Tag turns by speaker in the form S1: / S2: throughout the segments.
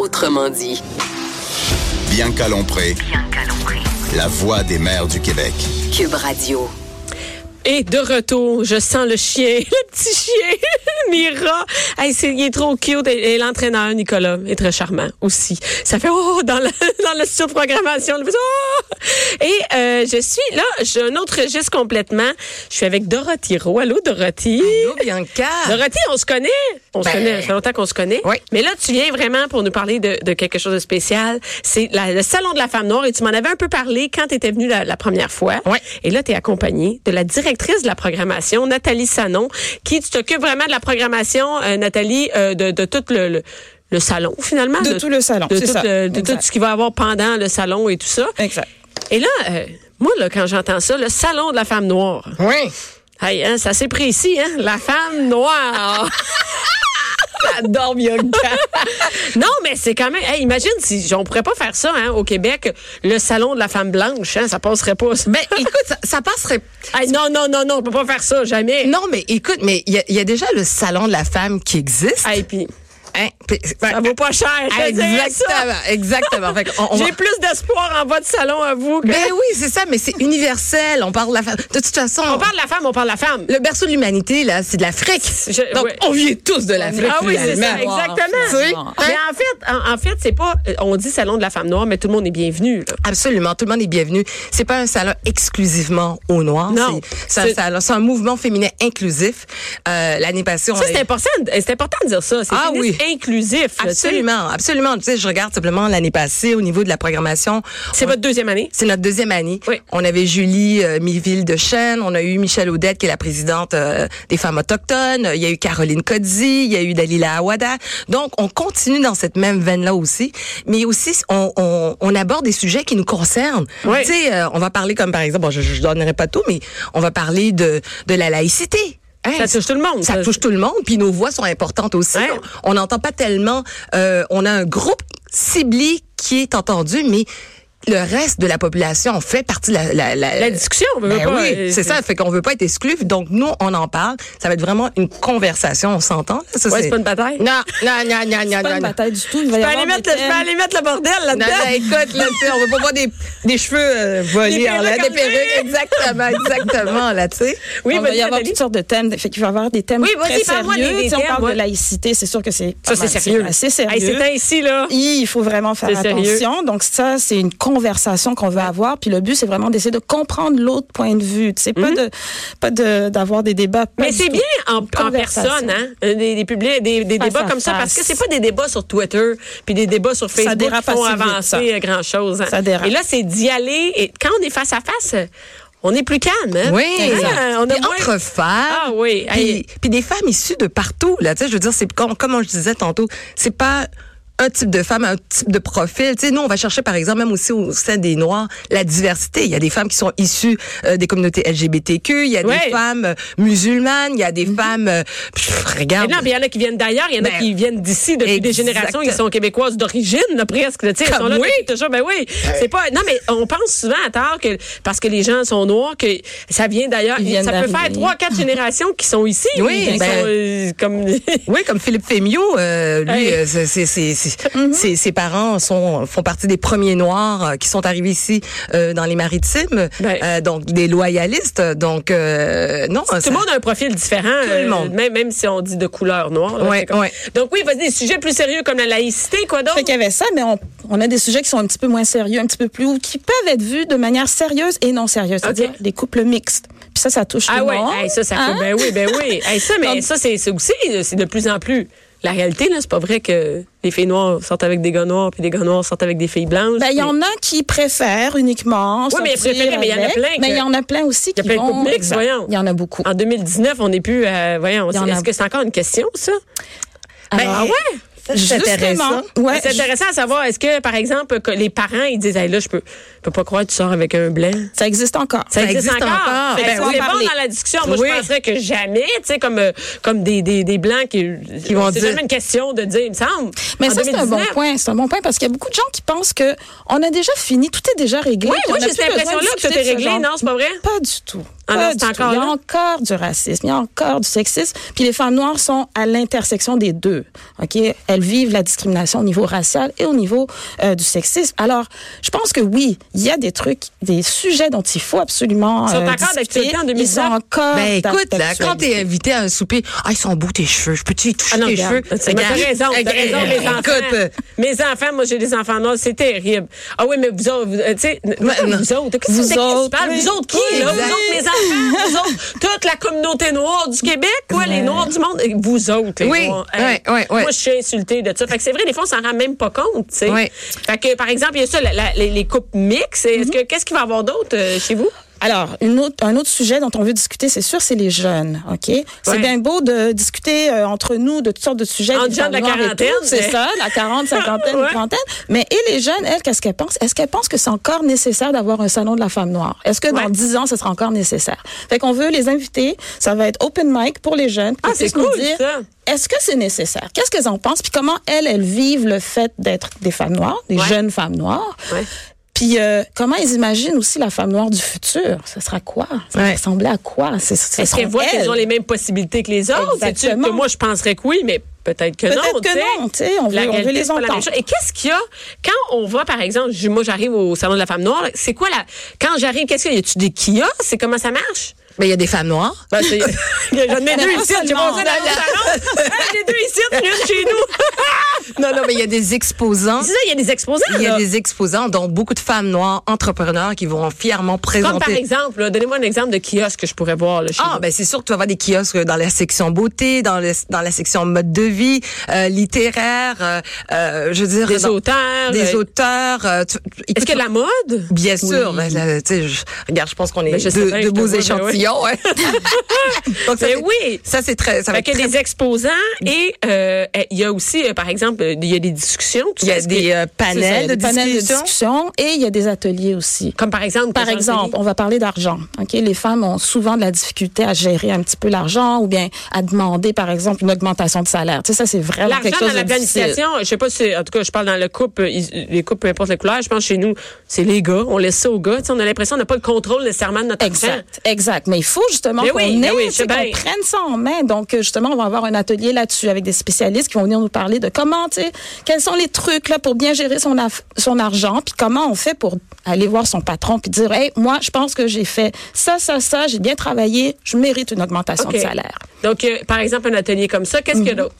S1: Autrement dit,
S2: Bien calompré,
S1: bien calompré.
S2: la voix des mères du Québec.
S1: Cube Radio.
S3: Et de retour, je sens le chien, le petit chien, Mira. Hey, c'est, il est trop cute. Et, et l'entraîneur, Nicolas, est très charmant aussi. Ça fait oh dans la, dans la surprogrammation. le petit, oh! Et euh, je suis là, j'ai un autre registre complètement. Je suis avec Dorothy Rowe. Allô, Dorothy?
S4: Allô, Bianca.
S3: Dorothy, on se connaît? On se
S4: Ah! Ben,
S3: connaît, ça fait longtemps qu'on se connaît.
S4: Oui.
S3: Mais là, tu viens vraiment pour nous parler de, de quelque chose de spécial. C'est la- le Salon de la Femme Noire et tu m'en avais un peu parlé quand tu étais venue la, la première fois.
S4: Oui.
S3: Et là, tu es accompagnée de la directrice de la programmation, Nathalie Sanon, qui tu t'occupes vraiment de la programmation, euh, Nathalie, euh, de, de tout le, le- le salon finalement.
S4: De tout le salon,
S3: De,
S4: c'est
S3: tout,
S4: ça.
S3: le- de tout
S4: Exact.
S3: ce qu'il va y avoir pendant le salon et tout ça.
S4: Exact.
S3: Et là, euh, moi, là, quand j'entends ça, le Salon de la Femme Noire.
S4: Oui.
S3: Hey, hein, ça s'est précis, hein? La femme noire.
S4: J'adore Bianca.
S3: Non, mais c'est quand même. Hey, imagine si on pourrait pas faire ça hein, au Québec, le salon de la femme blanche, hein, ça passerait pas. ça.
S4: ben, écoute, ça, ça passerait.
S3: Hey, non, non, non, non, on peut pas faire ça jamais.
S4: Non, mais écoute, mais il y, a- il y a déjà le salon de la femme qui existe.
S3: Hey, puis
S4: Hein, puis-
S3: ça vaut pas cher. je te dirais ça.
S4: Exactement, exactement. Fait qu'on- on va-
S3: J'ai plus d'espoir en votre salon à vous. que-
S4: Ben oui, c'est ça, mais c'est universel. On parle de la femme. De toute façon,
S3: On parle de la femme, on parle de la femme.
S4: le berceau de l'humanité, là, c'est de l'Afrique.
S3: Je-
S4: Donc,
S3: ouais.
S4: on vient tous de l'Afrique.
S3: Ah oui, c'est ça,
S4: finalement. Tu sais, Hein?
S3: exactement. Mais en fait, en, en fait, c'est pas. euh, On dit salon de la femme noire, mais tout le monde est bienvenu. là.
S4: Absolument, tout le monde est bienvenu. C'est pas un salon exclusivement aux noirs.
S3: Non.
S4: c'est- c'est un
S3: C'est-
S4: salon, c'est un mouvement féminin inclusif. Euh, L'année passée, on
S3: Ça,
S4: a eu-
S3: c'est important, c'est important de dire ça. C'est
S4: Ah
S3: féministe inclusif. là, tu sais.
S4: Absolument, absolument. Tu sais, je regarde simplement l'année passée au niveau de la programmation.
S3: C'est
S4: on-
S3: votre deuxième année.
S4: c'est notre deuxième année.
S3: Oui.
S4: On avait Julie euh, Miville de Chêne, on a eu Michelle Audette qui est la présidente euh, des femmes autochtones, il y a eu Caroline Codzi, il y a eu Dalila Awada. Donc on continue dans cette même veine là aussi, mais aussi on, on, on aborde des sujets qui nous concernent.
S3: Oui.
S4: Tu sais, euh, on va parler comme par exemple, bon, je, je donnerai pas tout, mais on va parler de de la laïcité. Hein,
S3: Ça touche tout le monde,
S4: Ça,
S3: ça.
S4: touche tout le monde, puis nos voix sont importantes aussi.
S3: Hein?
S4: On n'entend pas tellement. euh, on a un groupe ciblé qui est entendu, mais le reste de la population fait partie de la, la, la-
S3: La discussion, on veut
S4: Ben
S3: pas, euh,
S4: oui, c'est ça. Fait qu'on veut pas être exclu. Donc nous, on en parle. Ça va être vraiment une conversation. On s'entend. là, ça,
S3: Ouais, c'est pas une bataille.
S4: Non, non, non, non, non, non,
S5: pas une
S4: non.
S5: bataille du tout. Il va y
S3: Ah, Je peux,
S5: avoir
S3: aller
S5: des
S3: mettre le, je peux
S5: thèmes.
S3: aller mettre le bordel
S4: Non,
S3: là-dedans.
S4: non, écoute, là, tu sais, on veut pas voir des, des cheveux euh,
S3: Des
S4: volés en l'air,
S3: perruques
S4: des
S3: enlevées.
S4: perruques, exactement, exactement, là, tu sais.
S3: Oui,
S5: on va
S3: vas-y,
S5: y avoir
S3: Nathalie.
S5: toutes sortes de thèmes. Fait qu'il va y avoir des thèmes
S3: Oui, vas-y,
S5: très
S3: parle-moi des-
S5: sérieux.
S3: des
S5: Tu sais,
S3: thèmes,
S5: on parle
S3: ouais.
S5: de laïcité, c'est sûr que c'est
S3: Ça, c'est sérieux.
S5: assez sérieux.
S3: Hey, c'est ainsi, là.
S5: il faut vraiment faire
S3: C'est sérieux.
S5: attention. Donc ça, c'est une conversation qu'on veut avoir. Puis le but, c'est vraiment d'essayer de comprendre l'autre point de vue. Tu sais, pas de, pas de, d'avoir des débats. pas
S3: Mhm. Mais
S5: du
S3: c'est
S5: tout.
S3: bien en, en
S5: Conversation.
S3: personne, hein? euh, Des, des, publics- des, des
S5: Face
S3: débats
S5: à
S3: comme ça,
S5: face.
S3: parce que c'est pas des débats sur Twitter puis des débats sur Facebook
S5: dérape
S3: qui font
S5: assez vite,
S3: avancer
S5: ça.
S3: euh, grand-chose. hein.
S5: Ça dérape.
S3: Et là, c'est d'y aller. Et quand on est face à face, euh, on est plus calme, hein?
S4: Oui,
S3: Hein, on a
S4: Puis
S3: moins-
S4: entre femmes.
S3: Ah oui, hey.
S4: Puis, puis des femmes issues de partout. Là, tu sais, je veux dire, c'est comme, comme je disais tantôt, c'est pas un type de femme, un type de profil. Tu sais, nous, on va chercher, par exemple, même aussi au sein des Noirs, la diversité. Il y a des femmes qui sont issues euh, des communautés LGBTQ, il y a
S3: Ouais.
S4: des femmes euh, musulmanes, il y a des femmes... euh, pff,
S3: Et
S4: regarde,
S3: non, puis il y en a qui viennent d'ailleurs, il y en a
S4: Ben,
S3: qui viennent d'ici depuis des
S4: exact.
S3: générations, ils sont québécoises d'origine, là, presque. là, tu sais, ils
S4: Comme
S3: sont là
S4: oui.
S3: depuis toujours. Ben oui, c'est pas. Non, mais on pense souvent à tard que parce que les gens sont noirs que ça vient d'ailleurs.
S5: Ils viennent
S3: Ça peut faire
S5: d'arriver.
S3: trois, quatre générations qui sont ici.
S4: Oui,
S3: ils
S4: ben- Ah,
S3: sont, euh, comme.
S4: Oui, comme Philippe Fémio, euh, lui,
S3: Hey.
S4: euh, c'est- c'est- c'est- c'est-
S3: Mhm.
S4: ses, ses parents sont font partie des premiers Noirs euh, qui sont arrivés ici euh, dans les Maritimes,
S3: Ben.
S4: euh, donc des loyalistes. Donc euh, non,
S3: Tout le monde a un profil différent, euh,
S4: le monde.
S3: même, même si on dit de couleur noire. là,
S4: Ouais,
S3: c'est comme-
S4: ouais.
S3: Donc oui, vas-y, des sujets plus sérieux comme la laïcité, quoi d'autre?
S5: Fait qu'il y avait ça, mais on, on a des sujets qui sont un petit peu moins sérieux, un petit peu plus, ou qui peuvent être vus de manière sérieuse et non sérieuse. C'est-à-dire les couples mixtes. Puis ça, ça touche
S3: Ah
S5: tout
S3: ouais,
S5: le monde.
S3: hey, ça, ça
S5: Hein?
S3: fait- ben oui, ben oui. Hey, ça, mais
S5: Donc-
S3: ça, c'est c'est aussi, euh, c'est de plus en plus. La réalité, là, c'est pas vrai que les filles noires sortent avec des gars noirs, puis des gars noirs sortent avec des filles blanches.
S5: Ben, il y
S3: puis-
S5: en a qui préfèrent uniquement.
S3: Oui, mais
S5: sortir
S3: préférer, mais il y en a
S5: avec.
S3: plein que-
S5: Mais il y en a plein aussi
S3: Il y a
S5: qui
S3: plein de
S5: vont-
S3: couples mixtes,
S5: Exact.
S3: voyons.
S5: Il y en a beaucoup.
S3: En 2019, on n'est plus. euh, voyons,
S5: Il y en
S3: est-ce
S5: a-
S3: que c'est encore une question, ça? Ben,
S5: Alors,
S3: ah ouais?
S4: c'est intéressant.
S5: Ouais,
S3: c'est intéressant à savoir, est-ce que, par exemple, que les parents, ils disent, hey, là, je peux, je peux pas croire que tu sors avec un blanc?
S5: ça existe encore.
S3: Ça, existe, encore. Fait que
S4: Ben
S3: c'est
S4: oui.
S3: bon dans la discussion. Moi,
S4: Oui.
S3: je penserais que jamais, tu sais, comme, euh, comme des, des, des blancs qui,
S4: vont
S3: C'est
S4: dire-
S3: jamais une question de dire, il me semble.
S5: Mais
S3: En
S5: ça, c'est un bon
S3: 2019.
S5: point. C'est un bon point parce qu'il y a beaucoup de gens qui pensent que on a déjà fini, tout est déjà réglé.
S3: Oui,
S5: puis
S3: moi,
S5: on a
S3: j'ai
S5: plus
S3: cette
S5: besoin de
S3: impression-là que
S5: discuter
S3: tout est
S5: de ce
S3: réglé.
S5: genre.
S3: Non, c'est pas vrai?
S5: Pas du tout.
S3: Ah non,
S5: Pas
S3: c'est
S5: du tout.
S3: encore
S5: il y a
S3: là?
S5: encore du racisme, il y a encore du sexisme. Puis les femmes noires sont à l'intersection des deux. Ok, elles vivent la discrimination au niveau racial et au niveau euh, du sexisme. Alors, je pense que oui, il y a des trucs, des sujets dont il faut absolument
S3: Ils sont
S5: euh,
S3: encore
S5: discuter.
S3: d'actualité en
S5: Ils
S3: 2019.
S5: sont encore.
S4: Ben écoute, là,
S5: d'actualité.
S4: quand t'es invité à un souper, ah, ils sont beaux tes cheveux, je peux-tu y toucher
S3: Ah non,
S4: tes
S3: regarde,
S4: cheveux?
S3: tu- mais T'as
S4: Regarde.
S3: raison, t'as
S4: Regarde.
S3: raison, mes
S4: Écoute,
S3: enfants.
S4: euh,
S3: Mes enfants, moi, j'ai des enfants noirs, c'est terrible. Ah oui, mais vous autres, vous- euh, tu sais, n-
S4: Ouais,
S3: pas
S4: non.
S3: vous autres, qu'est-ce que
S5: Vous
S3: c'est que tu
S5: autres,
S3: parles?
S5: oui.
S3: Vous autres qui,
S5: Oui,
S3: là? Vous
S4: exact.
S3: autres, mes enfants, vous autres, toute la communauté noire du Québec, quoi, les Noirs du monde, et vous autres, les
S4: Oui,
S3: Noirs.
S4: ouais, ouais, ouais.
S3: Moi, je suis insultée de ça. Fait que c'est vrai, des fois, on s'en rend même pas compte, tu sais.
S4: Ouais.
S3: Fait que, par exemple, il y a ça, la- la- les, les coupes mixtes. Est-ce que, qu'est-ce qu'il va y avoir d'autre euh, chez vous?
S5: Alors, une autre- un autre sujet dont on veut discuter, c'est sûr, c'est les jeunes, OK?
S3: Ouais.
S5: C'est bien beau de discuter euh, entre nous de toutes sortes de sujets.
S3: Entre
S5: des
S3: jeunes de la
S5: femmes noires et
S3: quarantaine,
S5: tout, C'est
S3: mais-
S5: ça, la quarante, cinquantaine,
S3: Ouais.
S5: trentaine. Mais et les jeunes, elles, qu'est-ce qu'elles pensent? Est-ce qu'elles pensent que c'est encore nécessaire d'avoir un salon de la femme noire? Est-ce que
S3: Ouais.
S5: dans dix ans, ce sera encore nécessaire? Fait qu'on veut les inviter. Ça va être open mic pour les jeunes.
S3: Ah,
S5: Qu'ils
S3: c'est
S5: puissent nous
S3: cool,
S5: dire,
S3: ça.
S5: Est-ce que c'est nécessaire? Qu'est-ce qu'elles en pensent? Puis comment elles, elles vivent le fait d'être des femmes noires, des
S3: Ouais.
S5: jeunes femmes noires?
S3: Ouais.
S5: Puis euh, comment ils imaginent aussi la femme noire du futur Ce sera quoi Ça va
S4: Ouais.
S5: ressembler à quoi C'est- ce
S3: Est-ce
S5: seront
S3: qu'elles voient qu'elles
S5: elles.
S3: ont les mêmes possibilités que les autres? C'est-tu
S5: Exactement.
S3: que moi, je penserais que oui, mais peut-être que non.
S5: Peut-être que
S3: tu sais.
S5: non, tu sais, on veut-
S3: La
S5: on veut
S3: réalité,
S5: les
S3: c'est pas la même
S5: entendre.
S3: chose. Et qu'est-ce qu'il y a quand on va, par exemple, je- moi, j'arrive au salon de la femme noire, c'est quoi la. Quand j'arrive, qu'est-ce qu'il y a? Y a-tu des kiosques? C'est comment ça marche?
S4: ben, il y a des femmes noires.
S3: Ben, c'est- J'en ai deux ici, j'ai
S5: seulement.
S3: passé dans mon salon. Hey, J'ai deux ici, une chez nous.
S4: Non, non, mais il y a des exposants.
S3: C'est ça, il y a des exposants.
S4: Il y a
S3: là.
S4: des exposants, dont beaucoup de femmes noires entrepreneurs qui vont fièrement présenter.
S3: Comme par exemple, là, donnez-moi un exemple de kiosque que je pourrais voir là, chez
S4: Ah,
S3: vous.
S4: ben c'est sûr que tu vas avoir des kiosques dans la section beauté, dans, le- dans la section mode de vie, euh, littéraire, euh, euh, je veux dire...
S3: Des
S4: dans-
S3: auteurs,
S4: Des
S3: euh,
S4: auteurs. euh, tu- tu-
S3: Est-ce
S4: écoute,
S3: que la mode?
S4: Bien sûr. ben, là, tu sais, je- regarde, je pense qu'on est
S3: Ben, je sais
S4: deux,
S3: bien,
S4: deux
S3: je te
S4: beaux
S3: vois, ben
S4: échantillons. hein. Donc, ça,
S3: Ben
S4: c'est-
S3: oui.
S4: Ça, c'est très... Ça va
S3: Fait
S4: être
S3: qu'il y a
S4: très-
S3: des exposants et euh, il y a aussi, euh, par exemple, euh, il y a des discussions. tu
S4: Il y a
S3: sais,
S4: des euh,
S5: C'est ça, il y
S4: panels de
S5: a des panels
S4: discussion.
S5: discussion et il y a des ateliers aussi.
S3: Comme par exemple.
S5: Par
S3: quels sont
S5: exemple, on va parler d'argent. Ok, Les femmes ont souvent de la difficulté à gérer un petit peu l'argent ou bien à demander, par exemple, une augmentation de salaire. Tu sais, ça, c'est vraiment
S3: L'argent
S5: quelque
S3: dans
S5: chose
S3: la
S5: de difficile.
S3: planification, euh, je sais pas si, en tout cas, je parle dans le couple, euh, ils- les couples, peu importe la couleur, je pense chez nous, c'est les gars, on laisse ça aux gars, tu sais, on a l'impression qu'on n'a pas le contrôle nécessairement de notre argent.
S5: Exact, exact. Mais il faut justement
S3: Mais
S5: qu'on
S3: oui, mais
S5: ait,
S3: oui,
S5: tu sais,
S3: c'est
S5: qu'on
S3: bien.
S5: prenne ça en main. Donc, euh, justement, on va avoir un atelier là-dessus avec des spécialistes qui vont venir nous parler de comment, tu sais, quels sont les trucs là pour bien gérer son, aff- son argent, puis comment on fait pour aller voir son patron puis dire, hey, moi, je pense que j'ai fait ça, ça, ça, j'ai bien travaillé, je mérite une augmentation
S3: OK.
S5: de salaire.
S3: Donc, euh, par exemple, un atelier comme ça, qu'est-ce
S4: Mhm.
S3: que d'autre?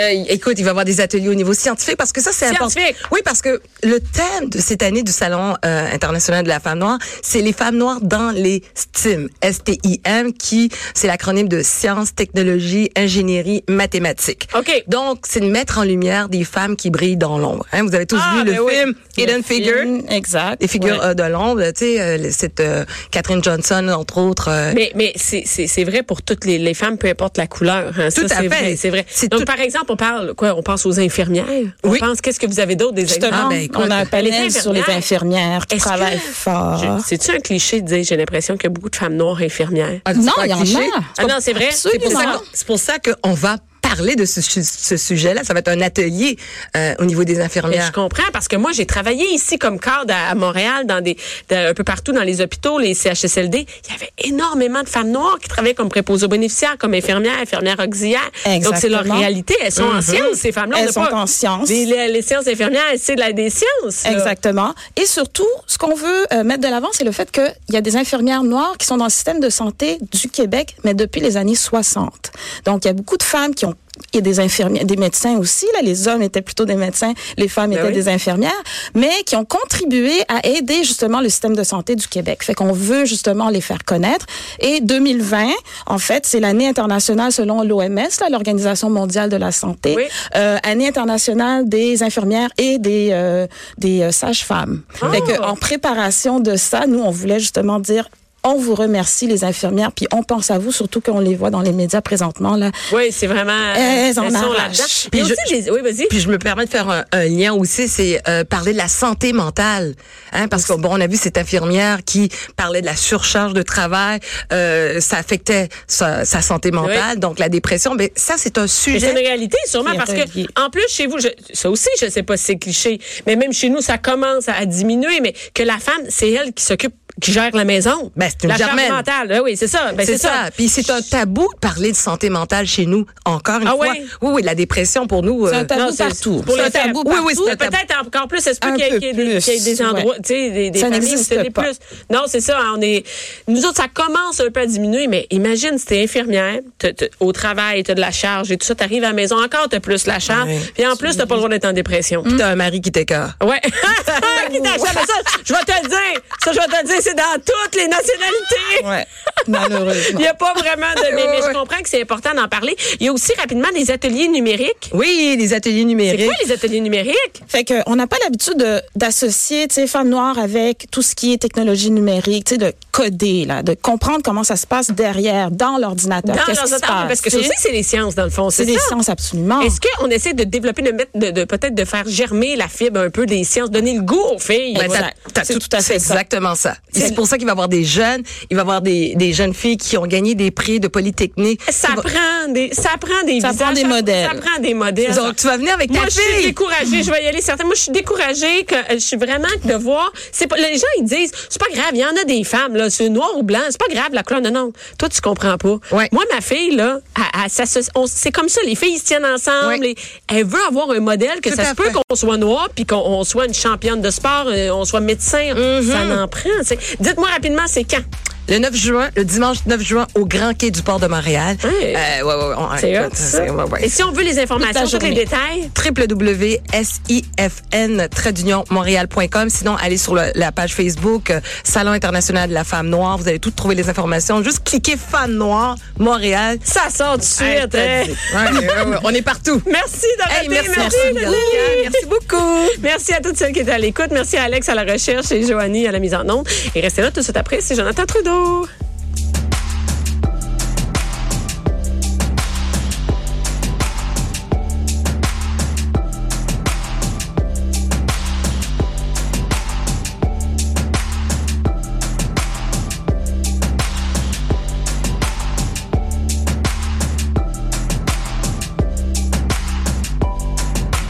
S4: Euh, écoute, il va y avoir des ateliers au niveau scientifique parce que ça, c'est important.
S3: Scientifique.
S4: Oui, parce que le thème de cette année du Salon euh, international de la femme noire, c'est les femmes noires dans les STEAM. S-T-I-M, qui, c'est l'acronyme de sciences, technologie, ingénierie, mathématiques.
S3: OK.
S4: Donc, c'est de mettre en lumière des femmes qui brillent dans l'ombre. hein. vous avez tous
S3: Ah,
S4: vu
S3: ben
S4: le
S3: oui.
S4: film Hidden Figure.
S5: Film, Mm, Exact.
S4: Les figures
S3: Ouais.
S4: euh, de l'ombre, tu sais, euh, cette euh, Catherine Johnson, entre autres. euh,
S3: Mais, mais c'est- c'est c'est vrai pour toutes les, les femmes, peu importe la couleur. hein. Ça,
S4: Tout à
S3: c'est
S4: fait.
S3: vrai, C'est vrai.
S4: C'est
S3: Donc,
S4: tout-
S3: par exemple, on parle quoi? On pense aux infirmières. On
S4: Oui.
S3: pense, qu'est-ce que vous avez d'autre des exemples?
S5: Justement,
S4: Ah, ben, écoute.
S5: on a un
S3: Les
S5: panel sur les
S3: infirmières.
S5: infirmières qui
S3: Est-ce que-
S5: travaillent
S3: Je-
S5: fort.
S3: C'est-tu un cliché de dire j'ai l'impression qu'il y a beaucoup de femmes noires infirmières?
S4: ah, c'est
S5: Non,
S4: pas un
S5: il y en a.
S4: cliché.
S3: Ah non, c'est vrai?
S4: C'est pour, ça
S5: Absolument.
S4: qu'on- c'est pour ça qu'on va parler de ce, su- ce sujet-là. Ça va être un atelier euh, au niveau des
S3: Mais
S4: infirmières.
S3: je comprends parce que moi j'ai travaillé ici comme cadre à, à Montréal dans des dans- un peu partout dans les hôpitaux, les CHSLD, il y avait énormément de femmes noires qui travaillaient comme préposées aux bénéficiaires, comme infirmières, infirmières auxiliaires. Donc c'est leur
S5: Exactement. Mm-hmm.
S3: réalité, elles sont en sciences ces femmes-là, On
S5: Elles
S3: n'a
S5: sont
S3: pas-
S5: en sciences.
S3: Les, les- les sciences infirmières, c'est de la des sciences. là.
S5: Exactement. Et surtout, ce qu'on veut euh, mettre de l'avant, c'est le fait qu'il y a des infirmières noires qui sont dans le système de santé du Québec, mais depuis les années 60. Donc, il y a beaucoup de femmes qui ont et des infirmières, des médecins aussi. Là, les hommes étaient plutôt des médecins, les femmes étaient
S3: oui.
S5: des infirmières, mais qui ont contribué à aider justement le système de santé du Québec. Fait qu'on veut justement les faire connaître. Et 2020, en fait, c'est l'année internationale selon l'OMS, là, l'Organisation mondiale de la santé,
S3: Oui.
S5: euh, année internationale des infirmières et des euh, des euh, sages-femmes.
S3: Ah.
S5: Fait que, en préparation de ça, nous on voulait justement dire on vous remercie les infirmières puis on pense à vous surtout qu'on les voit dans les médias présentement là.
S3: Oui, c'est vraiment
S5: Elles en
S3: sont
S5: arrachent.
S3: là-dedans.
S4: Puis
S3: Et
S4: je-
S3: aussi des- oui, vas-y.
S4: Puis je me permets de faire un, un lien aussi, c'est euh, parler de la santé mentale, hein, parce qu'on on a vu cette infirmière qui parlait de la surcharge de travail, euh, ça affectait sa, sa santé mentale, donc la dépression. Mais ça, c'est un
S3: Mais c'est une
S4: sujet.
S3: réalité, sûrement,
S5: C'est
S3: parce
S5: relié.
S3: que, en plus, chez vous, je- ça aussi, je sais pas si c'est cliché, mais même chez nous, ça commence à, à diminuer, mais que la femme, c'est elle qui s'occupe qui gère la maison.
S4: Ben, c'est une
S3: la charge
S4: Germaine.
S3: mentale. Ah oui, c'est ça. Ben,
S4: c'est ça. Puis c'est un tabou de parler de santé mentale chez nous, encore une
S3: Ah
S4: fois.
S3: ouais?
S4: Oui, oui, la dépression pour nous.
S5: C'est un
S4: euh,
S5: tabou
S3: Non, c'est-
S5: partout.
S3: Pour
S5: C'est
S3: le
S5: un tabou
S3: Oui, oui,
S4: partout.
S3: c'est peut-être encore plus. Est-ce
S5: Un
S3: qu'il y, a-
S5: peu
S3: qu'il y a des-
S5: plus,
S3: qu'il y a des
S5: ouais.
S3: endroits, tu sais, des, des
S5: Ça
S3: familles où
S5: n'existe
S3: c'était
S5: pas.
S3: plus. Non, c'est ça. On est, nous autres, ça commence un peu à diminuer, mais imagine si t'es infirmière, t'as- t'as- au travail, t'as de la charge et tout ça, t'arrives à la maison, encore t'as plus la charge.
S4: Ouais.
S3: Puis en plus, t'as pas le droit d'être en dépression.
S4: T'as un mari qui t'écœure.
S3: Ouais. Qui t'achète? Mais ça, je vais te le dire. Ça, je vais te le dire, c'est dans toutes les nationalités.
S5: Ouais, malheureusement.
S3: Il n'y a pas vraiment de. Mais, mais
S4: Ouais, ouais.
S3: je comprends que c'est important d'en parler. Il y a aussi rapidement des ateliers numériques.
S4: Oui, les ateliers
S3: C'est
S4: numériques.
S3: quoi les ateliers numériques?
S5: Fait que on n'a pas l'habitude de- d'associer, tu sais, femmes noires avec tout ce qui est technologie numérique, tu sais, de coder là, de comprendre comment ça se passe derrière, dans l'ordinateur.
S3: Dans
S5: Qu'est-ce
S3: leurs
S5: qui se
S3: attentes,
S5: passe,
S3: Parce que ça
S5: tu sais?
S3: aussi, c'est les sciences, dans le fond.
S5: c'est
S3: C'est
S5: des
S3: ça.
S5: sciences absolument.
S3: Est-ce qu'on essaie de développer, de mettre, de, de- peut-être de faire germer la fibre un peu des sciences, donner le goût aux filles?
S4: Ben,
S5: Voilà.
S4: t'as- t'as
S5: C'est
S4: tout-
S5: tout à fait
S4: c'est
S5: ça.
S4: exactement ça.
S5: C'est-
S4: C'est pour ça qu'il va y avoir des jeunes, il va y avoir des, des jeunes filles qui ont gagné des prix de Polytechnique.
S3: Ça
S4: Il va-
S3: prend des, ça prend des
S5: Ça
S3: visages,
S5: prend des
S3: ça-
S5: modèles.
S3: Ça prend des modèles.
S4: Donc, tu vas venir avec ta
S3: Moi, je suis
S4: fille.
S3: découragée. Je vais y aller certainement. Moi, je suis découragée que euh, je suis vraiment que de voir. C'est pas, les gens, ils disent, c'est pas grave. Il y en a des femmes, là. C'est noir ou blanc. C'est pas grave, la couleur. Non, non. Toi, tu comprends pas.
S4: Ouais.
S3: Moi, ma fille, là, elle- elle s'associe- on- c'est comme ça. Les filles, ils se tiennent ensemble.
S4: Ouais.
S3: et elle veut avoir un modèle que
S4: Tout
S3: ça
S4: à
S3: se peut
S4: fait.
S3: qu'on soit noir puis qu'on on soit une championne de sport, euh, on soit médecin.
S4: Mm-hmm.
S3: Ça n'en prend. c'est- Dites-moi rapidement, c'est quand?
S4: Le 9 juin, le dimanche 9 juin, au Grand Quai du Port de Montréal.
S3: Hey.
S4: Euh, ouais, ouais, ouais, on-
S3: C'est
S4: écoute,
S3: hot, ça.
S4: c'est- ouais, ouais.
S3: Et si on veut les informations, tous les
S5: journée.
S3: détails?
S4: www.sifn-montréal.com. Sinon, allez sur le- la page Facebook euh, Salon international de la femme noire. Vous allez toutes trouver les informations. Juste cliquez Femme noire Montréal.
S3: Ça sort tout de
S4: Hey,
S3: suite.
S4: t'as
S3: hein.
S4: dit. Ouais, ouais, ouais, on est partout.
S3: Merci, Dorothée.
S4: Hey, merci,
S3: merci,
S4: merci,
S3: Nathalie.
S4: Bianca. Merci beaucoup.
S3: Merci à toutes celles qui étaient à l'écoute. Merci à Alex à la recherche et Joanie à la mise en onde. Et restez là tout de suite après, c'est Jonathan Trudeau.